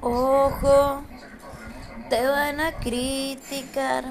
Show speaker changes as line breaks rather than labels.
Ojo, te van a criticar.